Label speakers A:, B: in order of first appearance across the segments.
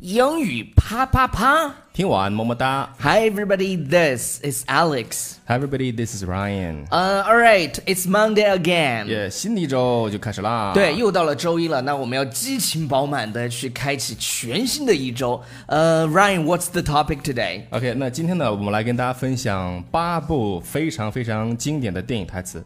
A: 英语啪啪啪
B: 听完么么哒。
A: ！Hi everybody, this is Alex.
B: Hi everybody, this is Ryan。
A: Uh, all right, it's Monday again.
B: 耶、新的一周就开始啦。
A: 对，，又到了周一了，那我们要激情饱满的去开启全新的一周。呃、r y a n what's the topic today?
B: OK，那今天呢，我们来跟大家分享八部非常非常经典的电影台词。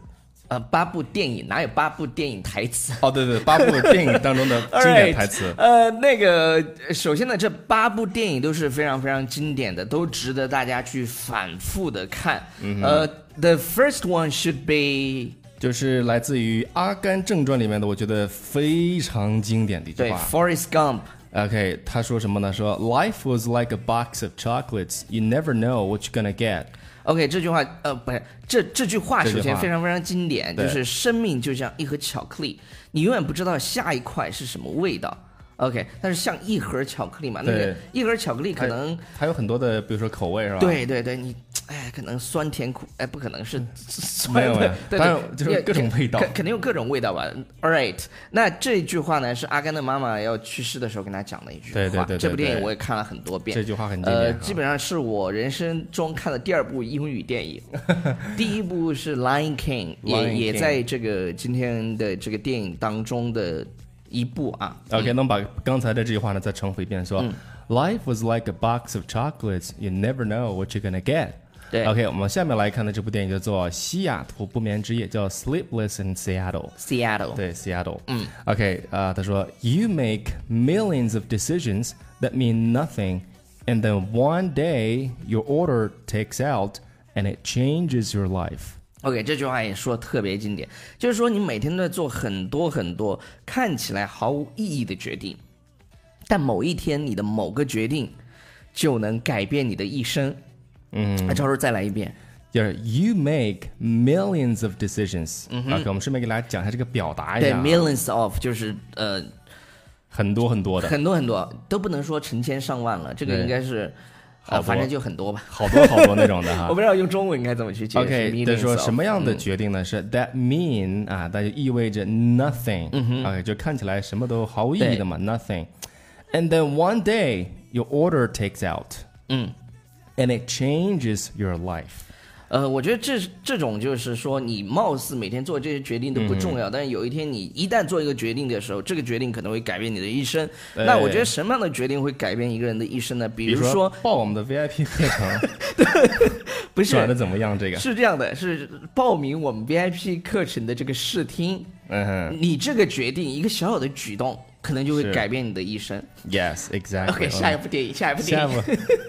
A: 呃，八部电影哪有八部电影台词？
B: 哦，对对，八部电影当 中的
A: All
B: 经典
A: right，
B: 台词。
A: 呃，那个，呃首先呢，这八部电影都是非常非常经典的，都值得大家去反复的看。呃，the first one should be
B: 就是来自于《阿甘正传》里面的，我觉得非常经典的一句
A: 对
B: 话。
A: Forrest Gump。
B: OK，他说什么呢？说 Life was like a box of chocolates, you never know what you're gonna get。
A: OK，这句话，呃，不是这这句话，
B: 这句
A: 首
B: 话
A: 先非常非常经典，
B: 对
A: 就是生命就像一盒巧克力，你永远不知道下一块是什么味道。OK，但是像一盒巧克力嘛，那个
B: 对
A: 一盒巧克力可能，
B: 还有很多的，比如说口味是吧？，
A: 对对对，你哎，可能酸甜苦，哎，不可能
B: 嗯
A: 是酸
B: 没有没有
A: 的，对
B: 当然
A: 对，
B: 就是
A: 也
B: 各种味道
A: 肯肯定有各种味道吧。All right，那这句话呢是阿甘的妈妈要去世的时候跟他讲的一句话。
B: 对对对对
A: 这部电
B: 对
A: 影我也看了很多遍，
B: 这句话很经
A: 呃，
B: 典哈。
A: 基本上是我人生中看的第二部英语电 影，第一部是《Lion King》，
B: Lion
A: 也
B: King
A: 也在这个今天的这个电影当中的一部啊。
B: OK，那我们把刚才的这句话呢再重复一遍，说、Life was like a box of chocolates, you never know what you're gonna get。
A: 对
B: OK，我们下面来看的这部电影叫做《西雅图不眠之夜》，叫《Sleepless in Seattle》。
A: Seattle，
B: 对，Seattle。嗯。OK，啊、他说，You make millions of decisions that mean nothing, and then one day your order takes out, and it changes your life。
A: ，OK，这句话也说得特别经典，就是说你每天都在做很多很多看起来毫无意义的决定，但某一天你的某个决定就能改变你的一生。嗯，赵叔再来一遍。
B: 就是 you make millions of decisions。OK，我们顺便给大家讲一下这个表达一
A: 对
B: 下啊，
A: ，millions of 就是呃
B: 很多很多的。
A: 很多很多都不能说成千上万了，这个
B: 对
A: 应该是，
B: 好
A: 呃，
B: 多
A: 反正就很多吧。
B: 好多好多那种的
A: 我
B: 哈。
A: 不知道用中文应该怎么去解释。嗯
B: OK，
A: millions
B: 对，说
A: of
B: 什么样的决定呢？是 that mean 啊，那就意味着 nothing。OK，就
A: 嗯
B: 看起来什么都毫无意义的嘛，nothing。And then one day your order takes out。
A: 嗯。
B: And it changes your life。
A: 呃，我觉得这这种就是说，你貌似每天做这些决定
B: 嗯
A: 都不重要，但是有一天你一旦做一个决定的时候，这个决定可能会改变你的一生。
B: 对
A: 那我觉得什么样的决定会改变一个人的一生呢？比
B: 哎比
A: 如说，
B: 报我们的 VIP 课程
A: 不
B: 转的
A: 是
B: 怎么样？这个，
A: 是这样的，是报名我们 VIP 课程的这个试听，
B: 嗯哼
A: 你这个决定一个小小的举动，可能就会
B: 是
A: 改变你的一生。
B: ，Yes exactly。
A: OK，下一部电影，下一部电
B: 下
A: 影
B: 一。步，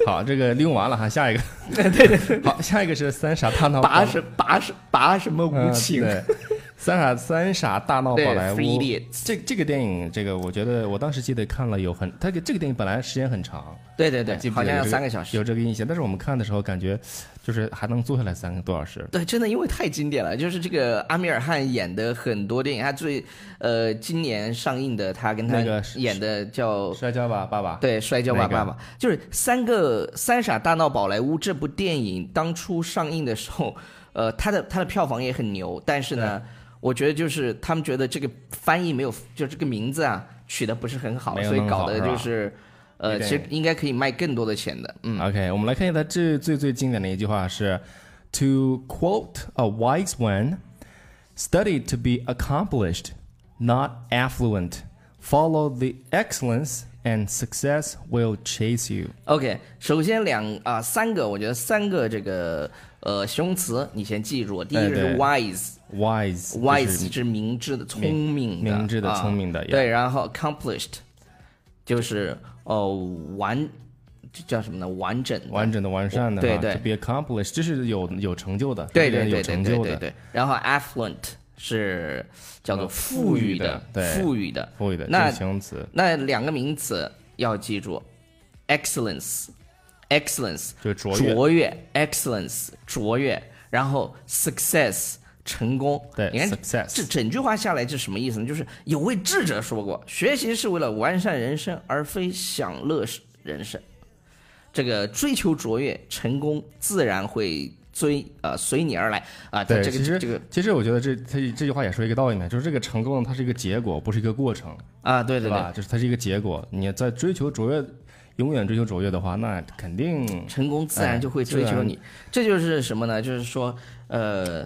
B: 好，这个利用完了哈，下一个，对对，好，下一个是三傻大闹宝
A: 拔什拔什拔什么无
B: 嗯
A: 情？
B: 对三傻三傻大闹宝莱坞
A: 对，Three Idiots
B: 这这个电影，这个我觉得我当时记得看了有很，它这个电影本来时间很长，
A: 对对
B: 记
A: 对，
B: 不
A: 好
B: 记
A: 像
B: 得有
A: 要
B: 这
A: 三个小时。
B: 有这个印象。但是我们看的时候感觉，就是还能坐下来三个多小时。
A: 对，真的因为太经典了，就是这个阿米尔汗演的很多电影，他最呃今年上映的，他跟他
B: 那个是
A: 演的叫
B: 摔跤吧，爸爸。，
A: 对《摔跤吧，
B: 那个
A: 爸爸》就是三个三傻大闹宝莱坞这部电影当初上映的时候，呃，它的它的票房也很牛，但是呢，我觉得就是他们觉得这个翻译没有，就这个名字啊取的不是很好，
B: 没有
A: 所以
B: 那么
A: 搞
B: 好
A: 的
B: 是
A: 就
B: 吧
A: 是呃，
B: 有
A: 其
B: 点
A: 实应该可以卖更多的钱的，嗯。
B: OK，我们来看一下它最最最经典的一句话是：To quote a wise one, study to be accomplished, not affluent. Follow the excellence, and success will chase you.
A: OK，首先两啊、三个，我觉得三个这个呃形容词你先记住，第一个
B: 哎对
A: 是 wise，wise
B: Wise，就是
A: 是明智的、聪明的、
B: 明智的
A: 啊
B: 聪明的呀
A: 对，然后 accomplished 就是哦完，这叫什么呢？完整的。
B: 完整的、完善的，
A: 对
B: 哈
A: 对
B: ，to be accomplished，这是有有成就的，
A: 对
B: 这个
A: 对
B: 人
A: 对
B: 有
A: 对
B: 成
A: 对
B: 就
A: 对
B: 的，呃
A: 对，然后 affluent 是叫做富裕的、
B: 富裕的对
A: 富裕的。
B: 赋予的这
A: 那
B: 个形容词
A: 那两个名词要记住，excellence，excellence
B: 就是卓越
A: 卓越，excellence 卓越，然后 success 成功。
B: 对
A: 你看
B: success
A: 这整句话下来是什么意思呢？就是有位智者说过，学习是为了完善人生，而非享乐人生。这个追求卓越，成功自然会追呃随你而来啊。
B: 对，
A: 这个
B: 其
A: 这
B: 实
A: 这个
B: 其实我觉得这它这句话也说一个道理呢，就是这个成功呢，它是一个结果，不是一个过程，
A: 啊，对
B: 对
A: 对对
B: 吧？就是它是一个结果，你在追求卓越永远追求卓越的话，那肯定
A: 成功自
B: 哎
A: 然就会追求你。这就是什么呢？就是说，呃，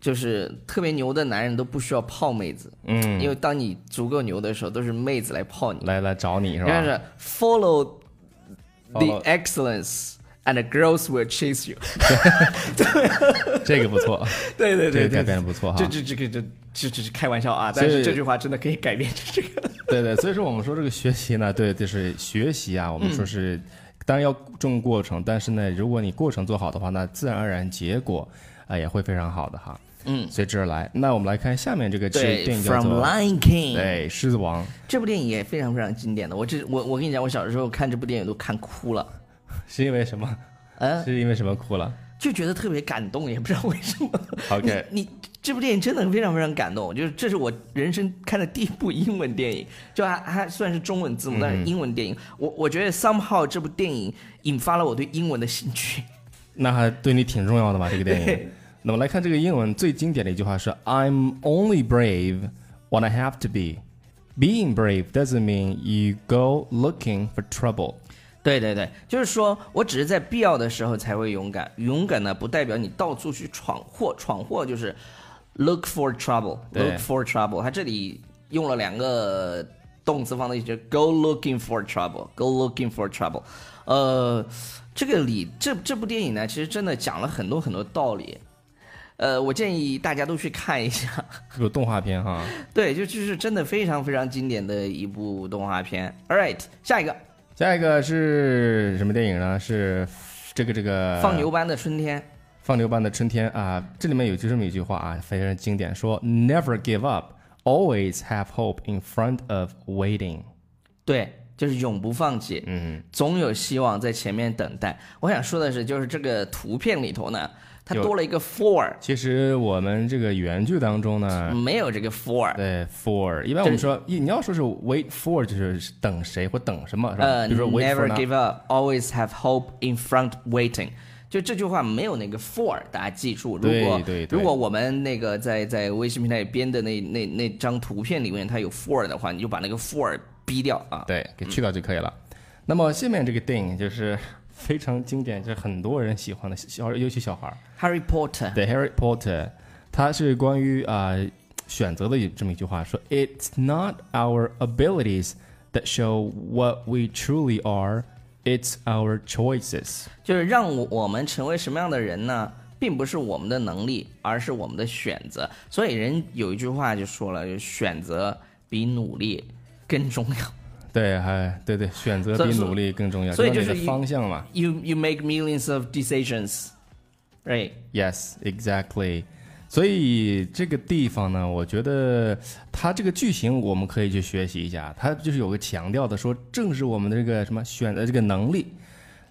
A: 就是特别牛的男人都不需要泡妹子，嗯，因为当你足够牛的时候，都是妹子来泡你。
B: 来来找你是
A: 但
B: 吧？
A: 是 follow the
B: Follow-
A: excellence and the girls will chase you。
B: 这个不错，
A: 对 对
B: 这
A: 对
B: 个改
A: 对，
B: 编的不错哈
A: 这。这这个这这这是开玩笑啊，
B: 所以
A: 但是这句话真的可以改变这个。
B: 对对，所以说我们说这个学习呢，对，就是学习啊，我们说
A: 嗯
B: 是，当然要重过程，但是呢，如果你过程做好的话，那自然而然结果啊、呃也会非常好的哈。
A: 嗯，
B: 随之而来。那我们来看下面这个
A: 对
B: 电影叫
A: ，From
B: 做
A: Lion King
B: 对《狮子王》，
A: 这部电影也非常非常经典的。我这我我跟你讲，我小时候看这部电影都看哭了。
B: 是因为什么？
A: 嗯，
B: 是因为什么哭了
A: 就觉得特别感动，也不知道为什么。
B: ？OK，
A: 你你这部电影真的非常非常感动，就是这是我人生看的第一部英文电影，就还还算是中文字幕，但是英文电影，我我觉得 somehow 这部电影引发了我对英文的兴趣。
B: 那还对你挺重要的吧？这个电影。那么来看这个英文最经典的一句话是 "I'm only brave when I have to be." Being brave doesn't mean you go looking for trouble.
A: 对对对，就是说我只是在必要的时候才会勇敢，勇敢呢不代表你到处去闯祸，闯祸就是 look for trouble，look
B: 对
A: for trouble。它这里用了两个动词放在一起就是，go looking for trouble，go looking for trouble。呃，这个里这这部电影呢，其实真的讲了很多很多道理。呃，我建议大家都去看一下，
B: 这个动画片哈，
A: 对，就就是真的非常非常经典的一部动画片。All right，下一个
B: 下一个是什么电影呢？是这个这个
A: 放牛班的春天。
B: 放牛班的春天啊，这里面有就这么一句话啊，非常经典，说 Never give up, always have hope in front of waiting。
A: 对，就是永不放弃，
B: 嗯，
A: 总有希望在前面等待。我想说的是，就是这个图片里头呢，它
B: 有
A: 多了一个 for，
B: 其实我们这个原剧当中呢，
A: 没有这个 for。
B: 嗯对 for，一般我们说，一你要说是 wait for，就是等谁或等什么，是吧？
A: 呃
B: 比如说 wait for
A: ，never
B: 呢
A: give up, always have hope in front waiting。就这句话没有那个 for，大家记住。如
B: 对
A: 果
B: 对对
A: 如果我们那个在在微信平台里编的那那那张图片里面它有 for 的话，你就把那个 for 逼掉啊。
B: 对，给去掉就可以了。那么下面这个电影就是非常经典，就是很多人喜欢的小，尤其小孩儿。
A: Harry Potter，
B: The Harry Potter，它是关于啊、选择的这么一句话，说 It's not our abilities that show what we truly are, it's our choices。
A: 就是让我我们成为什么样的人呢？并不是我们的能力，而是我们的选择。所以人有一句话就说了，就选择比努力更重要。
B: 对，还对对，选择
A: 所以
B: 比
A: 说
B: 努力更重要，
A: 所以
B: 知道
A: 就是
B: 你
A: 一
B: 的方向嘛。
A: You you make millions of decisions, right?
B: Yes, exactly。所以这个地方呢，我觉得它这个剧情我们可以去学习一下。它就是有个强调的说，正是我们的这个什么选择这个能力，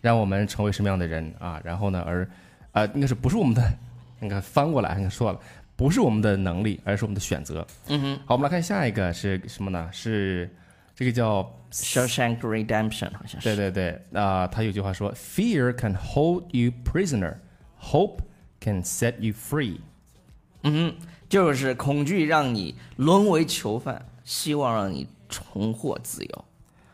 B: 让我们成为什么样的人啊。然后呢，而啊、应该是不是我们的，应该翻过来，应该说了，不是我们的能力，而是我们的选择。嗯哼。好，我们来看下一个是什么呢？是这个叫
A: Shawshank Redemption 好像是。
B: 对对对，啊、他有句话说，Fear can hold you prisoner, hope can set you free。
A: 嗯哼，就是恐惧让你沦为囚犯，希望让你重获自由。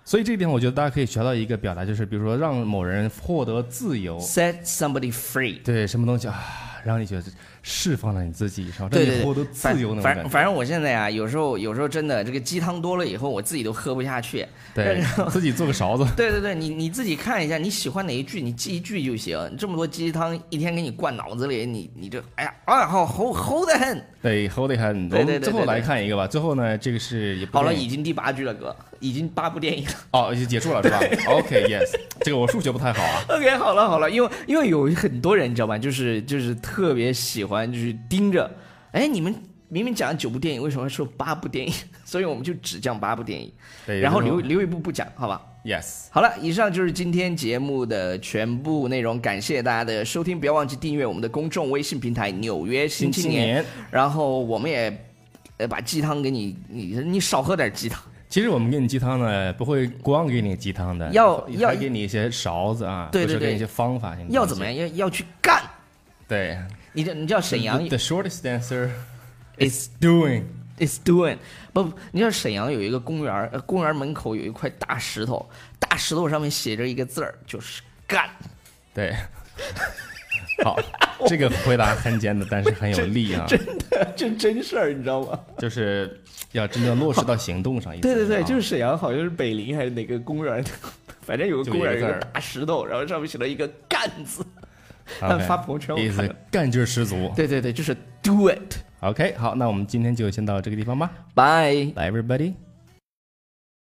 B: 所以这一点，我觉得大家可以学到一个表达，就是比如说让某人获得自由，
A: Set somebody free。
B: 对什么东西啊，让你觉得释放了你自己，然后让
A: 对对
B: 你
A: 对，
B: 获得自由那种
A: 反反
B: 感觉。
A: 反正我现在啊，有时候有时候真的这个鸡汤多了以后，我自己都喝不下去。
B: 对，自己做个 勺子。
A: 对对对，你你自己看一下，你喜欢哪一句，你记一句就行。这么多鸡汤一天给你灌脑子里，你你这哎呀，啊好齁齁的很。
B: 对，hold it hand。
A: 对对
B: 我
A: 对
B: 们
A: 对
B: 最后来
A: 对
B: 看一个吧。最后呢，这个是也不
A: 好了，
B: 电影
A: 已经第八句了，哥，已经八部电影了。
B: 哦，就结束 了是吧？OK，yes。这个我数学不太好啊。
A: OK，好了好了，因为因为有很多人你知道吧，就是就是特别喜欢就是盯着，哎，你们明明讲了九部电影，为什么说八部电影？所以我们就只讲八部电影，
B: 对，
A: 然后
B: 就是
A: 留
B: 说
A: 留一部不讲，好吧？
B: yes。
A: 好了，以上就是今天节目的全部内容，感谢大家的收听，不要忘记订阅我们的公众微信平台《纽约新青
B: 青
A: 年》，然后我们也呃把鸡汤给你，你你少喝点鸡汤，
B: 其实我们给你鸡汤呢，不会光给你鸡汤的，
A: 要要
B: 还给你一些勺子啊，
A: 对对
B: 或者给
A: 对
B: 你一些方法性的东西。
A: 要怎么样？要要去干。
B: 对，
A: 你这你知道沈阳
B: The shortest answer
A: is
B: doing。
A: is doing 不，不你知道沈阳有一个公园儿，呃公园门口有一块大石头，大大石头上面写着一个字儿，就是干。
B: 对， 好，这个回答很简单，但是很有力啊，
A: 真的，这真事儿，你知道吗？
B: 就是要真正落实到行动上。啊
A: 对对对，就是是沈阳，好像是北陵还是哪个公 园，反正有个
B: 就
A: 公
B: 一个
A: 园有
B: 字
A: 个
B: 儿
A: 大石头，然后上面写了一个“干”字。他们发朋友圈我
B: 意
A: 看
B: 思
A: 了。
B: 干劲儿十足。
A: 对对对，就是 do it。
B: OK，好，那我们今天就先到这个地方吧。
A: Bye.
B: Bye everybody.